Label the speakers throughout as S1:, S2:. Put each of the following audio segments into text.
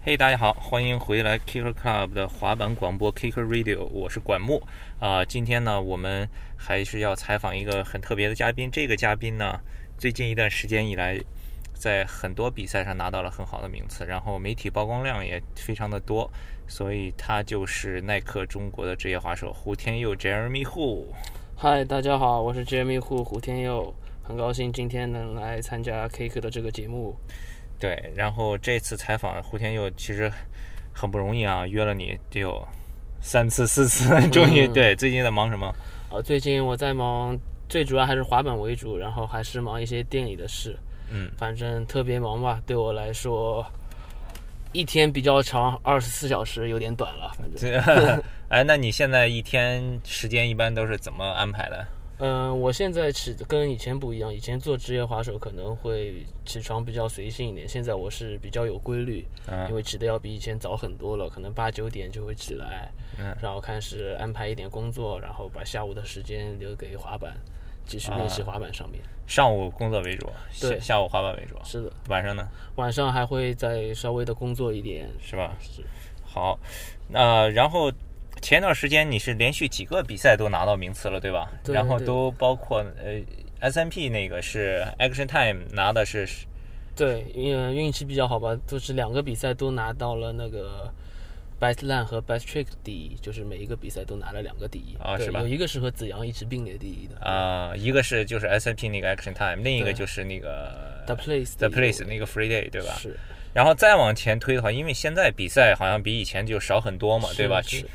S1: 嘿、大家好，欢迎回来 Kicker Club 的滑板广播 Kicker Radio，我是管木啊、今天呢，我们还是要采访一个很特别的嘉宾。这个嘉宾呢，最近一段时间以来，在很多比赛上拿到了很好的名次，然后媒体曝光量也非常的多，所以他就是耐克中国的职业滑手胡天佑 Jeremy Hu。
S2: 嗨，大家好，我是 Jamie 胡胡天佑，很高兴今天能来参加 K 哥的这个节目。
S1: 对，然后这次采访胡天佑其实很不容易啊，约了你得有三次四次， 终于、
S2: 嗯
S1: 对最近在忙什么？
S2: 呃，最近我在忙，最主要还是滑板为主，然后还是忙一些店里的事，
S1: 嗯，
S2: 反正特别忙吧。对我来说，一天比较长，二十四小时有点短了。反正，
S1: 这 哎，那你现在一天时间一般都是怎么安排的？
S2: 嗯、我现在起跟以前不一样，以前做职业滑手可能会起床比较随性一点，现在我是比较有规律，因
S1: 嗯
S2: 为起的要比以前早很多了，可能八九点就会起来，
S1: 嗯
S2: 然后开始安排一点工作，然后把下午的时间留给滑板，继
S1: 啊
S2: 续练习滑板上面。
S1: 上午工作为主，下
S2: 对
S1: 下午滑板为主，
S2: 是的，
S1: 晚上呢，
S2: 晚上还会再稍微的工作一点。
S1: 是吧？
S2: 是，
S1: 好，那、然后前段时间你是连续几个比赛都拿到名次了，对吧？
S2: 对
S1: 然后
S2: 对
S1: 都包括呃 S M P 那个是 Action Time 拿的是
S2: 对，运运气比较好吧，就是两个比赛都拿到了那个 Best Land 和 Best Trick 第一，就是每一个比赛都拿了两个第一。
S1: 啊
S2: 对
S1: 是吧
S2: 有一个是和子阳一直并列第一的。
S1: 啊、一个是就是 S M P 那个 Action Time，另一个就是那个
S2: The Place
S1: The
S2: 第一
S1: Place 那个 Free Day，对吧？
S2: 是
S1: 然后再往前推的话，因为现在比赛好像比以前就少很多嘛，对吧？
S2: 是
S1: 去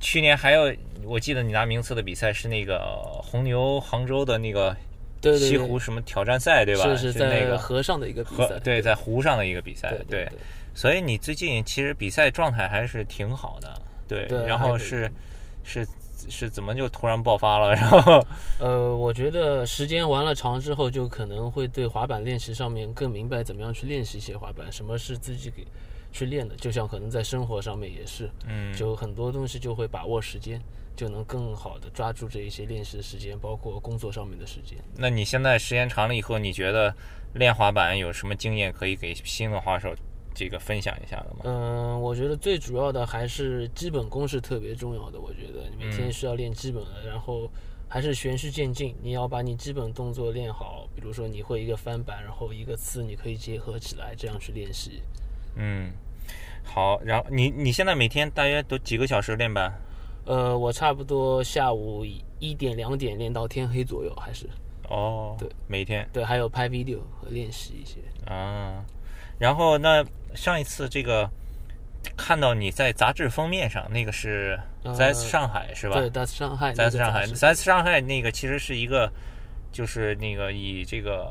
S1: 去年还有，我记得你拿名次的比赛是那个呃红牛杭州的那个
S2: 对对
S1: 西
S2: 对
S1: 湖什么挑战赛，对吧？
S2: 是
S1: 是
S2: 是
S1: 那
S2: 在
S1: 个
S2: 河上的一个比赛
S1: 和。对，在湖上的一个比赛
S2: 对，对对。
S1: 所以你最近其实比赛状态还是挺好的，对。
S2: 对
S1: 然
S2: 还
S1: 后
S2: 可以
S1: 是是是怎么就突然爆发了？然 后
S2: 呃，我觉得时间玩了长之后，就可能会对滑板练习上面更明白怎么样去练习一些滑板，什么是自己给去练的。就像可能在生活上面也是，
S1: 嗯，
S2: 就很多东西就会把握时间，就能更好的抓住这一些练习的时间，包括工作上面的时间。
S1: 那你现在时间长了以后，你觉得练滑板有什么经验可以给新的滑手这个分享一下的吗？
S2: 嗯、我觉得最主要的还是基本功是特别重要的。我觉得你每天需要练基本的，然后还是循序渐进，你要把你基本动作练好。比如说你会一个翻板，然后一个刺，你可以结合起来这样去练习。
S1: 嗯，好，然后你你现在每天大约都几个小时练板？
S2: 呃，我差不多下午一点两点练到天黑左右，还是
S1: 哦，
S2: 对，
S1: 每天
S2: 对，还有拍 video 和练习一些。
S1: 啊。然后那上一次这个看到你在杂志封面上，那个是
S2: 呃
S1: 在上海、是吧？
S2: 对，在上海，
S1: 在上海，
S2: 在
S1: 在上海那个其实是一个，就是那个以这个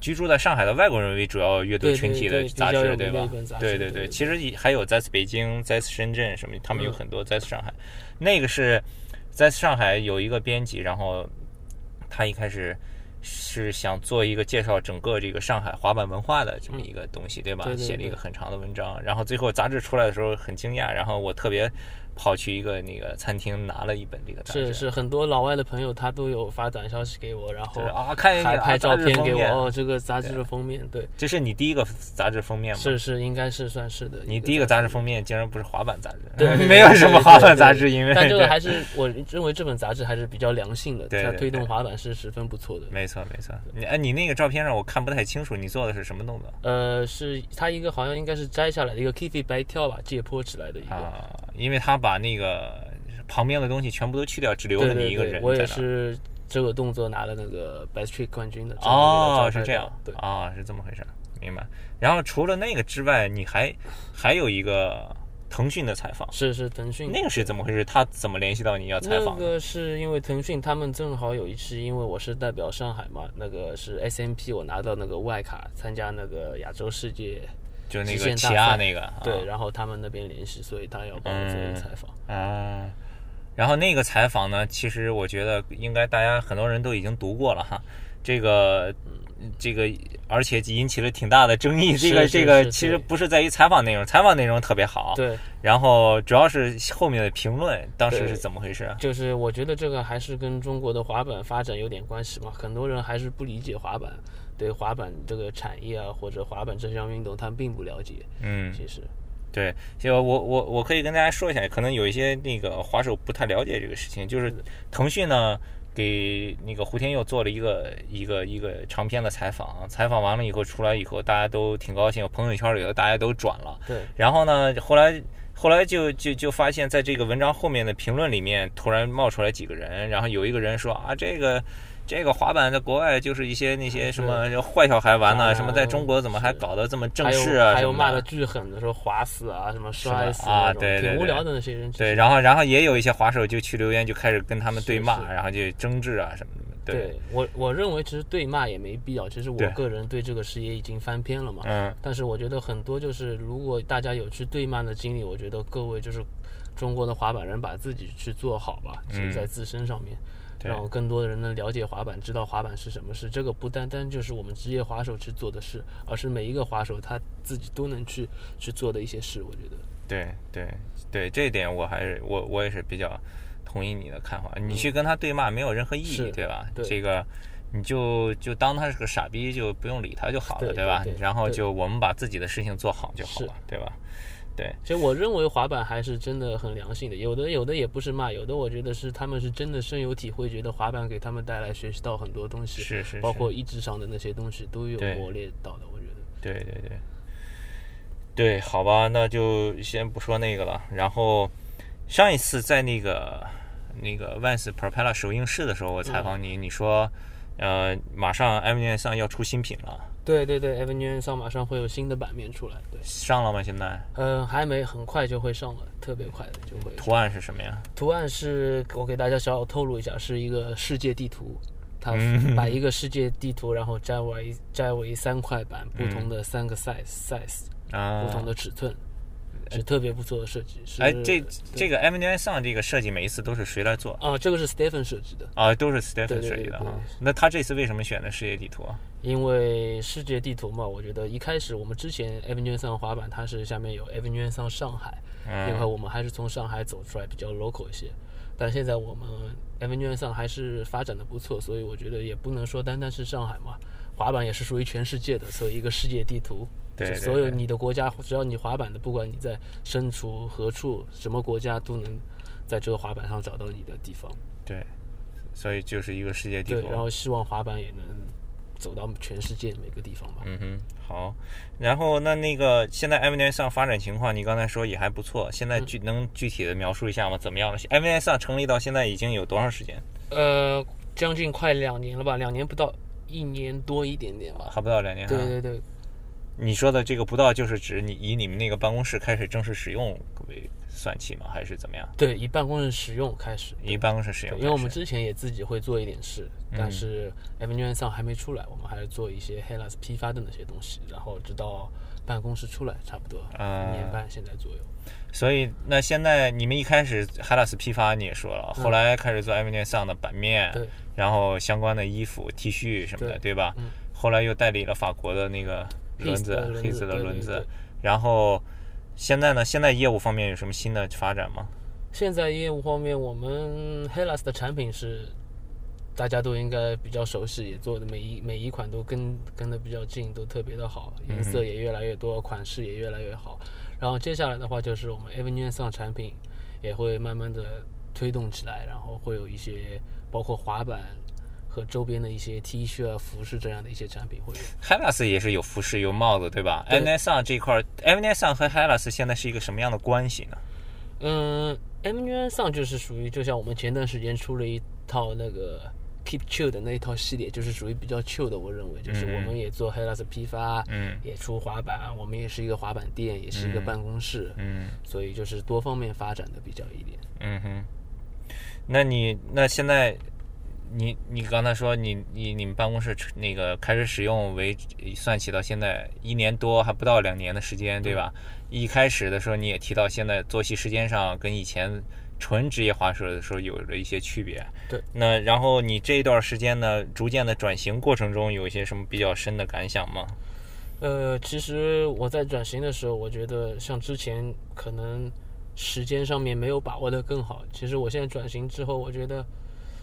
S1: 居住在上海的外国人为主要阅读
S2: 对
S1: 群体
S2: 对
S1: 的
S2: 对
S1: 杂
S2: 比较有
S1: 志，
S2: 名的
S1: 吧
S2: 一本？杂志
S1: 对
S2: 对对
S1: 对，
S2: 对
S1: 其实也还有在北京、在深圳什么，他们有
S2: 嗯
S1: 很多在上海。那个是在上海有一个编辑，然后他一开始。是想做一个介绍整个这个上海滑板文化的这么一个东西，对吧？
S2: 嗯对对
S1: 写了一
S2: 对
S1: 个很长的文章，然后最后杂志出来的时候很惊讶，然后我特别跑去一个那个餐厅拿了一本这个杂志，
S2: 是是很多老外的朋友，他都有发短消息给我，然后
S1: 对啊，看一
S2: 还
S1: 眼
S2: 拍照片给我。，
S1: 杂志封面
S2: 哦，这个杂志的封面，对，
S1: 这是你第一个杂志封面吗？
S2: 是是，应该是算是的。
S1: 你第一个杂志封面竟然不是滑板杂志，
S2: 对 对
S1: 没有什么滑板杂
S2: 对
S1: 志，因为
S2: 但这个
S1: 对
S2: 还是我认为这本杂志还是比较良性的，
S1: 对对
S2: 它
S1: 对
S2: 推动滑板是十分不错的。
S1: 没错没错。你哎，你那个照片上我看不太清楚，你做的是什么动作
S2: 呃，是它一个好像应该是摘下来的一个 k i f i 白跳吧，借坡起来的一个。
S1: 啊？因为他把那个旁边的东西全部都去掉，只留了
S2: 对
S1: 你
S2: 对
S1: 一个
S2: 对，
S1: 人
S2: 我
S1: 在
S2: 也
S1: 那儿。
S2: 是这个动作拿了那个 Best Trick 冠军的。
S1: 哦，是
S2: 这
S1: 这
S2: 个照片
S1: 样
S2: 的，对，
S1: 啊，是这么回事儿，明白。然后除了那个之外，你还还有一个腾讯的采访，
S2: 是是腾讯
S1: 那个是怎么回事？他怎么联系到你要采
S2: 那
S1: 访的？
S2: 个是因为腾讯他们正好有一次，因为我是代表上海嘛，那个是 S M P 我拿到那个外卡参加那个亚洲世界，
S1: 就那
S2: 极
S1: 个
S2: 限
S1: 起
S2: 大
S1: 亚
S2: 赛
S1: 那个，啊
S2: 对，然后他们那边联系，所以他要帮我做一
S1: 嗯
S2: 个采访。
S1: 啊，然后那个采访呢，其实我觉得应该大家很多人都已经读过了哈。这个这个，而且引起了挺大的争议。
S2: 是
S1: 这个
S2: 是
S1: 这个
S2: 是
S1: 其实
S2: 对
S1: 不是在于采访内容，采访内容特别好。
S2: 对，
S1: 然后主要是后面的评论，当时
S2: 对
S1: 是怎么回事啊？
S2: 就是我觉得这个还是跟中国的滑板发展有点关系嘛，很多人还是不理解滑板，对滑板这个产业啊或者滑板这项运动他们并不了解，
S1: 嗯，
S2: 其实
S1: 对，就我我我可以跟大家说一下，可能有一些那个滑手不太了解这个事情，就是腾讯呢给那个胡天佑做了一个一个一个长篇的采访，采访完了以后出来以后，大家都挺高兴，朋友圈里头大家都转了，
S2: 对，
S1: 然后呢，后来后来就就就发现，在这个文章后面的评论里面，突然冒出来几个人，然后有一个人说啊，这个这个滑板在国外就是一些那些什么坏小孩玩呢、
S2: 啊
S1: 什么在中国怎么还
S2: 是
S1: 搞得这么正
S2: 还有
S1: 式啊
S2: 还
S1: 什
S2: 有
S1: 么
S2: 骂
S1: 的
S2: 的巨狠的，说划死啊，什么
S1: 吧
S2: 摔死
S1: 啊
S2: 那种
S1: 对对
S2: 挺无
S1: 对
S2: 聊的那些人。
S1: 对，然后然后也有一些滑手就去留言，就开始跟他们对
S2: 是
S1: 骂，
S2: 是
S1: 然后就争执啊什么的。对，
S2: 对我我认为其实对骂也没必要，其实我
S1: 对
S2: 个人对这个事业已经翻篇了嘛。
S1: 嗯，
S2: 但是我觉得很多就是，如果大家有去对骂的经历，我觉得各位就是中国的滑板人把自己去做好吧，
S1: 嗯
S2: 是在自身上面，
S1: 对
S2: 让更多的人能了解滑板，知道滑板是什么事。这个不单单就是我们职业滑手去做的事，而是每一个滑手他自己都能去去做的一些事。我觉得
S1: 对对对，这一点我还是我我也是比较同意你的看法。你去跟他对骂没有任何意义，
S2: 嗯是
S1: 对吧？
S2: 对
S1: 这个你就就当他是个傻逼，就不用理他就好了，
S2: 对对
S1: 吧
S2: 对？
S1: 然后
S2: 对
S1: 就我们把自己的事情做好就好
S2: 是
S1: 了，对吧？
S2: 其实我认为滑板还是真的很良性的，有的有的也不是骂，有的我觉得是他们是真的深有体会，觉得滑板给他们带来学习到很多东西，
S1: 是是，
S2: 包
S1: 是
S2: 括意志上的那些东西都有
S1: 对
S2: 磨练到的，我觉得。
S1: 对对对，对，好吧，那就先不说那个了。然后上一次在那个那个 Vans Propeller 首映式的时候，我采访你，
S2: 嗯
S1: 你说呃，马上 M N 上要出新品了，
S2: 对对对，Avenue 上马上会有新的版面出来，对，
S1: 上了吗？现在
S2: 呃，还没，很快就会上了，特别快的就会。
S1: 图案是什么呀？
S2: 图案是我给大家小小透露一下，是一个世界地图，它
S1: 嗯
S2: 把一个世界地图，然后摘为摘为三块板，不同的三个 size size，、
S1: 啊
S2: 不，同的尺寸，是特别不错的设计。是
S1: 哎，这这
S2: 个
S1: 个 M N 上这个设计每一次都是谁来做？
S2: 啊、这个是 Stephen 设计的，
S1: 啊，都是 Stephen
S2: 对对
S1: 设
S2: 对
S1: 计的
S2: 对
S1: 啊。那他这次为什么选的世界地图啊？
S2: 因为世界地图嘛，我觉得一开始我们之前 Avenue 上滑板，它是下面有 Avenue 上上海。那块
S1: 嗯，
S2: 我们还是从上海走出来比较 local 一些，但现在我们 Avenue 上还是发展的不错，所以我觉得也不能说单单是上海嘛，滑板也是属于全世界的，所以一个世界地图，
S1: 对
S2: 就
S1: 对
S2: 所有
S1: 对
S2: 你的国家，只要你滑板的，不管你在身处何处，什么国家都能在这个滑板上找到你的地方。
S1: 对，所以就是一个世界地
S2: 对，
S1: 图。啊
S2: 然后希望滑板也能走到全世界每个地方吧。
S1: 嗯哼，好。然后那那个现在 M N 上发展情况，你刚才说也还不错，现在具能具体的描述一下吗？怎么样了？M N 上成立到现在已经有多长时间？嗯
S2: 呃，将近快两年了吧，两年不到，一年多一点点吧。
S1: 还不到两年、啊。
S2: 对对对，
S1: 你说的这个不到，就是指你以你们那个办公室开始正式使用为算起吗？还是怎么样？
S2: 对，以办公室使用开始，
S1: 以办公室使用
S2: 对，
S1: 开始，嗯
S2: 因为我们之前也自己会做一点事，但是 Avenue 上还没出来，我们还是做一些 Hellas 批发的那些东西，然后直到办公室出来，差不多
S1: 啊
S2: 一年半现在左右。
S1: 所以那现在你们一开始海拉斯批发你也说了，后来开始做 M N 上的版面，
S2: 嗯对
S1: 然后相关的衣服、T 恤什么的，对吧？
S2: 嗯
S1: 后来又代理了法国的那个轮
S2: Heath 的
S1: 子，
S2: 轮
S1: 黑
S2: 子
S1: 色的
S2: 对
S1: 轮
S2: 对
S1: 子
S2: 对。
S1: 然后现在呢？现在业务方面有什么新的发展吗？
S2: 现在业务方面，我们 Hellas 的产品是大家都应该比较熟悉，也做的每一每一款都跟跟的比较近，都特别的好，颜色也越来越多，款式也越来越好。然后接下来的话，就是我们 Avenue 上产品也会慢慢的推动起来，然后会有一些包括滑板和周边的一些 T 恤啊、服饰这样的一些产品会有。
S1: 海拉斯也是有服饰、有帽子，对吧
S2: 对
S1: m n 上这一块 m n 上和海拉斯现在是一个什么样的关系呢？
S2: 嗯，M U N 上就是属于，就像我们前段时间出了一套那个 Keep Chill 的那一套系列，就是属于比较 chill 的，我认为就是
S1: 嗯
S2: 我们也做 Hellas 批发，
S1: 嗯
S2: 也出滑板，我们也是一个滑板店，也是一个办公室，
S1: 嗯
S2: 所以就是多方面发展的比较一点。
S1: 嗯哼，那你那现在你你刚才说你你你们办公室那个开始使用为算起到现在一年多还不到两年的时间，对
S2: 嗯
S1: 吧？一开始的时候你也提到，现在作息时间上跟以前纯职业滑手的时候有了一些区别。
S2: 对。
S1: 那然后你这一段时间呢，逐渐的转型过程中，有一些什么比较深的感想吗？
S2: 呃，其实我在转型的时候，我觉得像之前可能时间上面没有把握的更好。其实我现在转型之后，我觉得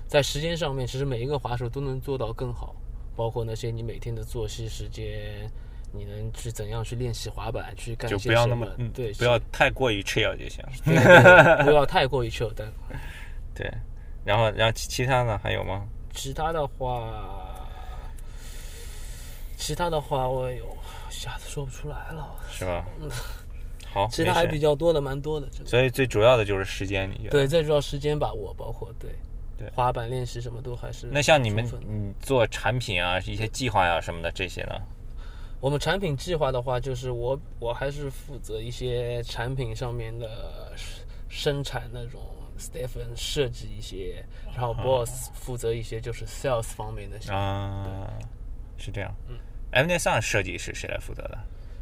S2: 在时间上面，其实每一个滑手都能做到更好，包括那些你每天的作息时间、你能去怎样去练习滑板，去干
S1: 就
S2: 一
S1: 不
S2: 些
S1: 要
S2: 什
S1: 那
S2: 么
S1: 么，嗯
S2: 对，
S1: 不要太过于 chill 就行。
S2: 对对对不要太过于 chill 但
S1: 对，然后然后其其他呢还有吗？
S2: 其他的话，其他的话我有一下子说不出来了。
S1: 是吧？好，
S2: 嗯 其他还
S1: 没事
S2: 比较多的，蛮多的，真的。
S1: 所以最主要的就是时间，你觉得？
S2: 对，最主要时间把握，包括对
S1: 对
S2: 滑板练习什么都还是
S1: 那像你们
S2: 充分的
S1: 你做产品啊，一些计划呀、什么的这些呢？
S2: 我们产品计划的话，就是我我还是负责一些产品上面的生生产那种 Stephen 设计一些，然后 Boss 负责一些就是 sales 方面的。
S1: 啊，是这样。M
S2: 嗯
S1: D 上设计是谁来负责的？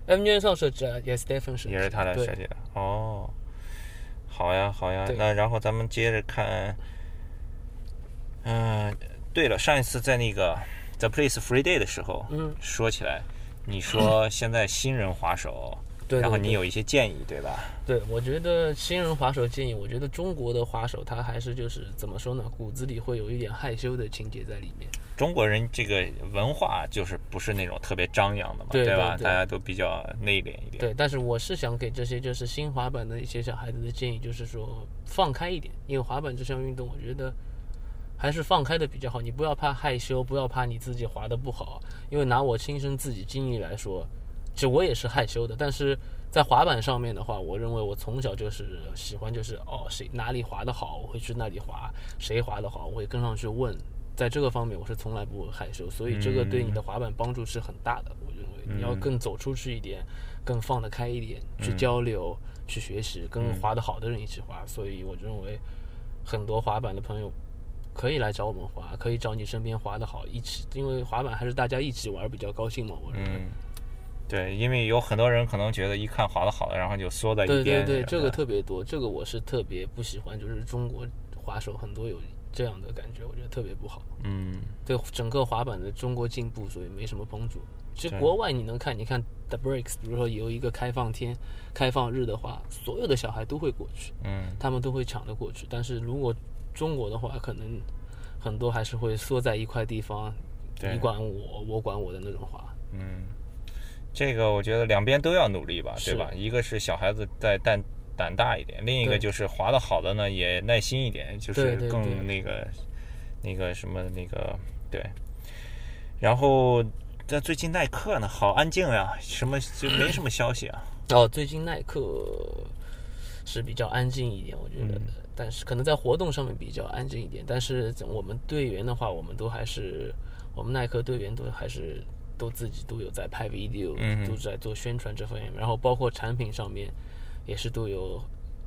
S2: M N 上设计啊也 Stephen 设计，
S1: 也是他来设
S2: 对。
S1: 计的。哦，好呀，好呀
S2: 对。
S1: 那然后咱们接着看。嗯、对了，上一次在那个 The Place Free Day 的时候，
S2: 嗯，
S1: 说起来，你 说现在新人滑手，
S2: 对
S1: 然后
S2: 对
S1: 你
S2: 对
S1: 有一些建议，对吧？
S2: 对，我觉得新人滑手建议，我觉得中国的滑手他还是就是怎么说呢，骨子里会有一点害羞的情节在里面。
S1: 中国人这个文化就是不是那种特别张扬的嘛，
S2: 对对
S1: 吧？
S2: 对
S1: 大家都比较内敛一点。
S2: 对，但是我是想给这些就是新滑板的一些小孩子的建议，就是说放开一点，因为滑板这项运动，我觉得还是放开的比较好。你不要怕害羞，不要怕你自己滑的不好，因为拿我亲身自己经历来说，其实我也是害羞的。但是在滑板上面的话，我认为我从小就是喜欢，就是哦谁哪里滑的好，我会去那里滑；谁滑的好，我会跟上去问。在这个方面，我是从来不会害羞，所以这个对你的滑板帮助是很大的。我认为你要更走出去一点，更放得开一点，去交流、去学习，跟滑得好的人一起滑。所以我认为很多滑板的朋友可以来找我们滑，可以找你身边滑得好一起，因为滑板还是大家一起玩比较高兴嘛。我认为，
S1: 嗯，对，因为有很多人可能觉得一看滑的好的，然后就缩在一
S2: 对
S1: 边。哎
S2: 对对，
S1: 是
S2: 这个
S1: 吧
S2: 特别多，这个我是特别不喜欢，就是中国滑手很多有这样的感觉，我觉得特别不好。
S1: 嗯，
S2: 对整个滑板的中国进步，所以没什么帮助。其实
S1: 对
S2: 国外你能看，你看 The Breaks，比如说有一个开放天、开放日的话，所有的小孩都会过去，
S1: 嗯，
S2: 他们都会抢着过去。但是如果中国的话，可能很多还是会缩在一块地方，
S1: 对
S2: 你管我，我管我的那种滑。
S1: 嗯这个我觉得两边都要努力吧，
S2: 是
S1: 对吧？一个是小孩子再胆胆大一点，另一个
S2: 对
S1: 就是滑的好的呢也耐心一点，就是
S2: 对对对
S1: 更那个那个什么那个对。然后，但最近耐克呢，好安静呀、什么就没什么消息 啊。
S2: 哦，最近耐克是比较安静一点，我觉得，但是可能在活动上面比较安静一点，但是我们队员的话，我们都还是我们耐克队员都还是都自己都有在拍 video，、
S1: 嗯
S2: 都在做宣传这方面，然后包括产品上面也是都有。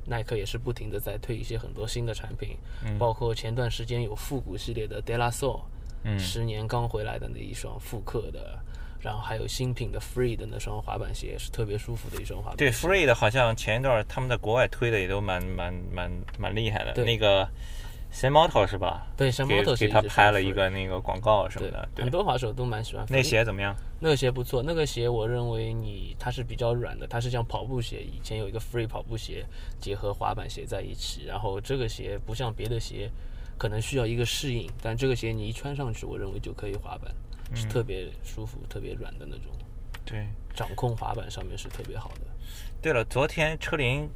S2: 耐克也是不停的在推一些很多新的产品，包括前段时间有复古系列的 De La Soul，
S1: 嗯
S2: 十年刚回来的那一双复刻的，然后还有新品的 Free 的那双滑板鞋是特别舒服的一双滑板鞋。
S1: 对，Free 的好像前一段他们在国外推的也都蛮蛮蛮蛮厉害的，
S2: 对
S1: 那个 Sam Moto 是吧？
S2: 对，像
S1: 给
S2: Moto
S1: 给
S2: 鞋
S1: 他
S2: 一直是
S1: 拍了
S2: Free
S1: 一个那个广告什么
S2: 对
S1: 的，，对
S2: 很，多滑手都蛮喜欢
S1: 那
S2: Free
S1: 鞋怎么样？
S2: 那个鞋不错，那个鞋我认为你它是比较软的，它是像跑步鞋，以前有一个 Free 跑步鞋结合滑板鞋在一起，然后这个鞋不像别的鞋，可能需要一个适应，但这个鞋你一穿上去，我认为就可以滑板，是特别舒服、特别软的那种，
S1: 对，
S2: 掌控滑板上面是特别好的。
S1: 对了，昨天车林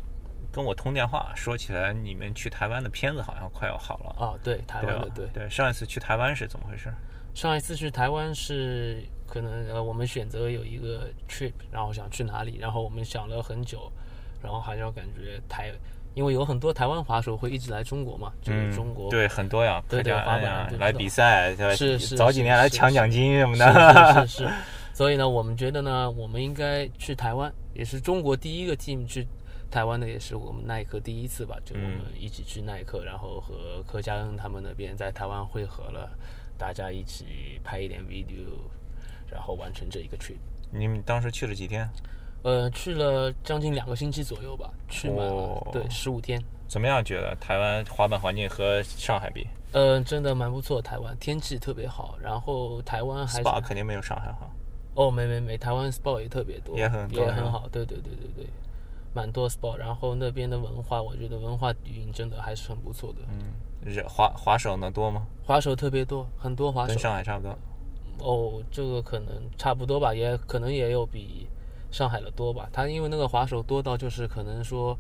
S1: 跟我通电话，说起来你们去台湾的片子好像快要好了，
S2: 啊，对，台
S1: 对
S2: 湾
S1: 吧
S2: 的？对
S1: 对，上一次去台湾是怎么回事？
S2: 上一次去台湾是可能呃，我们选择有一个 trip，然后想去哪里，然后我们想了很久，然后好像感觉台，因为有很多台湾滑手会一直来中国嘛，就是中国、
S1: 嗯 对，很多呀，客
S2: 对
S1: 家
S2: 对滑
S1: 恩
S2: 板
S1: 呀
S2: 对，
S1: 来
S2: 知道
S1: 比赛，对吧
S2: 是是
S1: 早几
S2: 是
S1: 年来
S2: 是
S1: 抢
S2: 是
S1: 奖金什么的，
S2: 是是是是。所以呢，我们觉得呢，我们应该去台湾，也是中国第一个 team 去台湾的，也是我们耐克第一次吧，就我们一起去耐克，然后和柯佳恩他们那边在台湾汇合了，大家一起拍一点 video，然后完成这一个 trip。
S1: 你们当时去了几天？
S2: 呃，去了将近两个星期左右吧，去满了，
S1: 哦
S2: 对，十五天。
S1: 怎么样？觉得台湾滑板环境和上海比
S2: 呃，真的蛮不错，台湾天气特别好，然后台湾还是
S1: ，SPA 肯定没有上海好。
S2: 哦，没没没，台湾 SPA 也特别多，
S1: 也很多嗯
S2: 也
S1: 是吧
S2: 很好，对对对对对，蛮多 SPA，然后那边的文化，我觉得文化底蕴真的还是很不错的，
S1: 嗯，人滑滑手能多吗？
S2: 滑手特别多，很多滑
S1: 跟
S2: 手，
S1: 上海差不多。
S2: 哦，这个可能差不多吧，也可能也有比上海的多吧。他因为那个滑手多到就是可能说，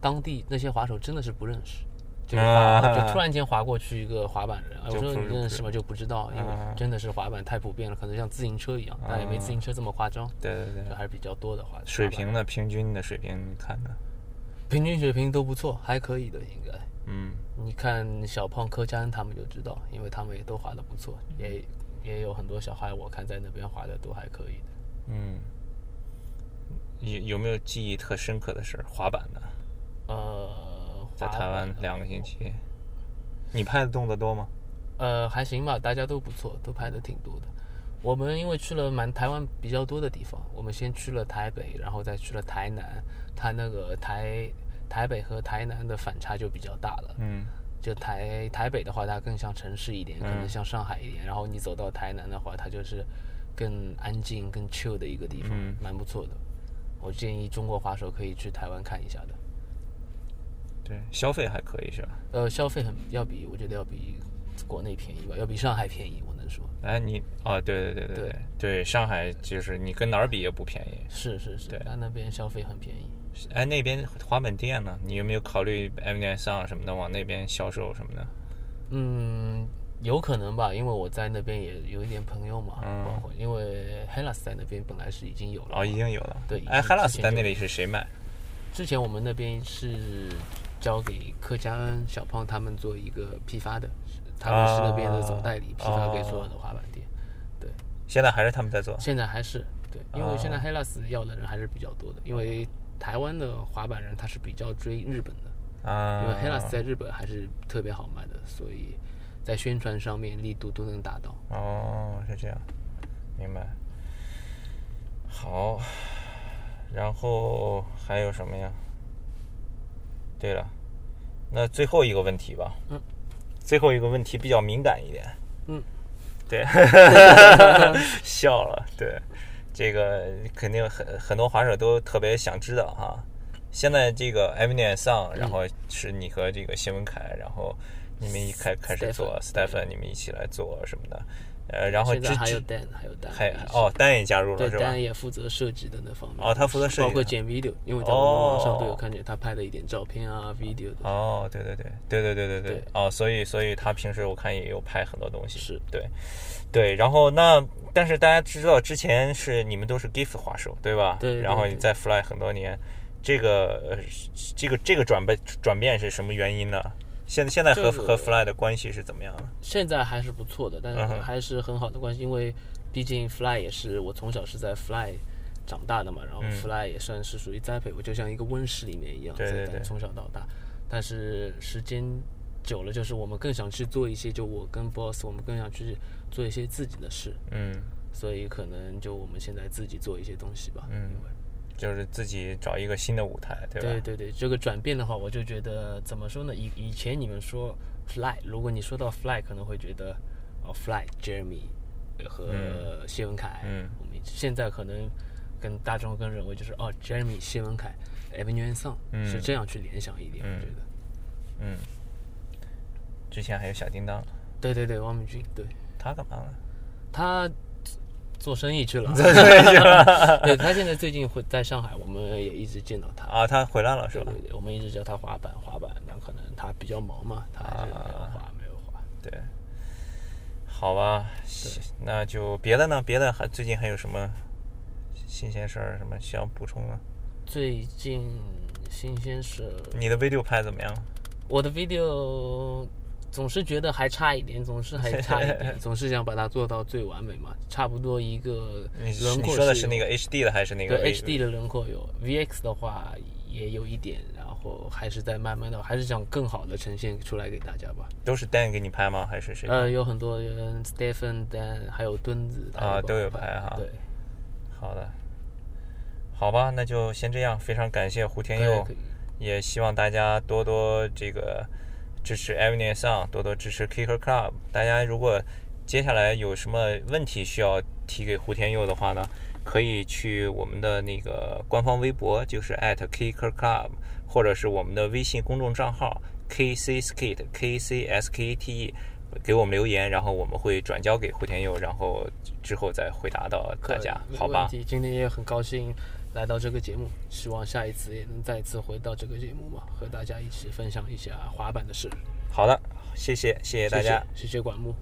S2: 当地那些滑手真的是不认识，就是滑
S1: 啊
S2: 就突然间滑过去一个滑板人，哎我
S1: 就
S2: 说
S1: 不
S2: 你
S1: 是
S2: 认识吗？就不知道，因为
S1: 啊
S2: 真的是滑板太普遍了，可能像自行车一样，但也没自行车这么夸张，
S1: 对对
S2: 就
S1: 对，
S2: 还是比较多的滑。
S1: 嗯水
S2: 滑板
S1: 平呢？平均的水平，你看看，
S2: 平均水平都不错，还可以的应该。
S1: 嗯，
S2: 你看小胖、柯佳恩他们就知道，因为他们也都滑得不错，也也有很多小孩，我看在那边滑的都还可以的。
S1: 嗯，有有没有记忆特深刻的事儿？滑板的，
S2: 呃，
S1: 在
S2: 滑
S1: 台湾
S2: 板
S1: 两个星期，你拍的动作多吗？
S2: 呃还行吧，大家都不错，都拍的挺多的。我们因为去了蛮台湾比较多的地方，我们先去了台北，然后再去了台南，它那个台台北和台南的反差就比较大了。
S1: 嗯
S2: 就台台北的话，它更像城市一点，可能像上海一点。然后你走到台南的话，它就是更安静、更 chill 的一个地方，
S1: 嗯
S2: 蛮不错的。我建议中国滑手可以去台湾看一下的。，
S1: 对，消费还可以是吧？
S2: 呃，消费很要比我觉得要比国内便宜吧，要比上海便宜，我能说
S1: 哎，你啊，对对对对对对，上海就是你跟哪儿比也不便宜。
S2: 是是是
S1: 对，
S2: 他那边消费很便宜。
S1: 哎，那边滑板店呢？你有没有考虑 M D S 啊上什么的往那边销售什么的？
S2: 嗯，有可能吧，因为我在那边也有一点朋友嘛，
S1: 嗯
S2: 包括因为 Hellas 在那边本来是已经有了嘛，
S1: 哦，已经有了。
S2: 对
S1: 哎，
S2: 已经
S1: 海拉
S2: 之
S1: 斯
S2: 前
S1: 在
S2: 就
S1: 那里是谁卖？
S2: 之前我们那边是交给柯佳恩、小胖他们做一个批发的，是他们是那边的总代理，批发给所有的滑板
S1: 啊
S2: 店。
S1: 现在还是他们在做？
S2: 现在还是对，因为现在
S1: 哦
S2: Hellas 要的人还是比较多的，因为台湾的滑板人他是比较追日本的，
S1: 啊，
S2: 因为 Hellas 在日本还是特别好卖的，所以在宣传上面力度都能达到。
S1: 哦，是这样，明白。好，然后还有什么呀？对了，那最后一个问题吧。
S2: 嗯。
S1: 最后一个问题比较敏感一点。
S2: 嗯。
S1: 对，笑了。对，这个肯定很很多滑手都特别想知道哈。现在这个 e m i n e m Song，然
S2: 嗯
S1: 后是你和这个谢文凯，然后你们一开开始做 Stephen，你们一起来做什么的。呃，然后
S2: 现
S1: 之
S2: 在还有
S1: 之
S2: Dan，还有 Dan，
S1: 还
S2: 一起
S1: 哦，丹也加入了
S2: 对
S1: 是吧
S2: ，Dan？也负责设计的那方面。
S1: 哦他负责设计
S2: 包括
S1: 的
S2: 剪 video，因为在我们网上都有
S1: 哦
S2: 看见他拍的一点照片啊、video 的。
S1: 哦，对对对对对对对对
S2: 对，
S1: 哦，所以所以他平时我看也有拍很多东西，
S2: 是
S1: 对对，然后那但是大家知道之前是你们都是 GIF 滑手对吧？
S2: 对对
S1: 然后
S2: 对
S1: 你在 Fly 很多年，这个呃是这个这个转变转变是什么原因呢？现在现在和
S2: 这个
S1: 和 Fly 的关系是怎么样的？
S2: 现在还是不错的，但
S1: 嗯
S2: 是
S1: 哼
S2: 还是很好的关系，因为毕竟 Fly 也是我从小是在 Fly 长大的嘛，然后
S1: 嗯
S2: Fly 也算是属于栽培我，就像一个温室里面一样，
S1: 对对
S2: 在
S1: 对
S2: 从小到大。但是时间久了，就是我们更想去做一些，就我跟 Boss，我们更想去做一些自己的事，
S1: 嗯，
S2: 所以可能就我们现在自己做一些东西吧。
S1: 嗯
S2: 因为
S1: 就是自己找一个新的舞台，对吧？
S2: 对对对，这个转变的话，我就觉得怎么说呢？以以前你们说 Fly，如果你说到 Fly，可能会觉得哦 Fly Jeremy 和谢文凯，
S1: 嗯
S2: 我们一起现在可能跟大众更认为就是哦 Jeremy 谢文凯 e v a n u e Song、
S1: 嗯
S2: 是这样去联想一点，
S1: 嗯
S2: 我觉得。
S1: 嗯，之前还有小叮当，
S2: 对对对，汪明君，对
S1: 他干嘛了？
S2: 他做生意去了， 对他现在最近会在上海，我们也一直见到他。
S1: 啊，他回来了是
S2: 对
S1: 吧？
S2: 对对，我们一直叫他滑板，滑板，那可能他比较忙嘛，他还是没有
S1: 啊
S2: 滑，没有滑。
S1: 对，好吧，那就别的呢？别的还最近还有什么新鲜事儿？什么需要补充的？
S2: 最近新鲜事，
S1: 你的 video 拍怎么样？
S2: 我的 video 总是觉得还差一点，总是还差一点， 总是想把它做到最完美嘛。差不多一个
S1: 你是
S2: 轮
S1: 你
S2: 廓
S1: 说的
S2: 是
S1: 是那
S2: 有
S1: 个 HD 的还是那个
S2: 对
S1: V-
S2: HD 的轮廓有 VX 的话也有一点，然后还是在慢慢的，还是想更好的呈现出来给大家吧。
S1: 都是 Dan 给你拍吗？还是谁？
S2: 呃，有很多人 Stephen、Dan 还有墩子他
S1: 啊
S2: 们帮
S1: 都
S2: 我
S1: 有拍哈
S2: 对，
S1: 好的，好吧，那就先这样。非常感谢胡天
S2: 可以
S1: 佑
S2: 可以，
S1: 也希望大家多多这个支持 Avenue Song，多多支持 Kicker Club。大家如果接下来有什么问题需要提给胡天佑的话呢，可以去我们的那个官方微博，就是 at Kicker Club，或者是我们的微信公众账号 KC Skate KC SKATE。E，给我们留言，然后我们会转交给胡天佑，然后之后再回答到
S2: 可
S1: 大
S2: 以
S1: 家，
S2: 呃没
S1: 好
S2: 问
S1: 吧？
S2: 题。今天也很高兴来到这个节目，希望下一次也能再次回到这个节目嘛，和大家一起分享一下滑板的事。
S1: 好的，谢谢，谢谢大家。
S2: 谢谢，谢谢管木。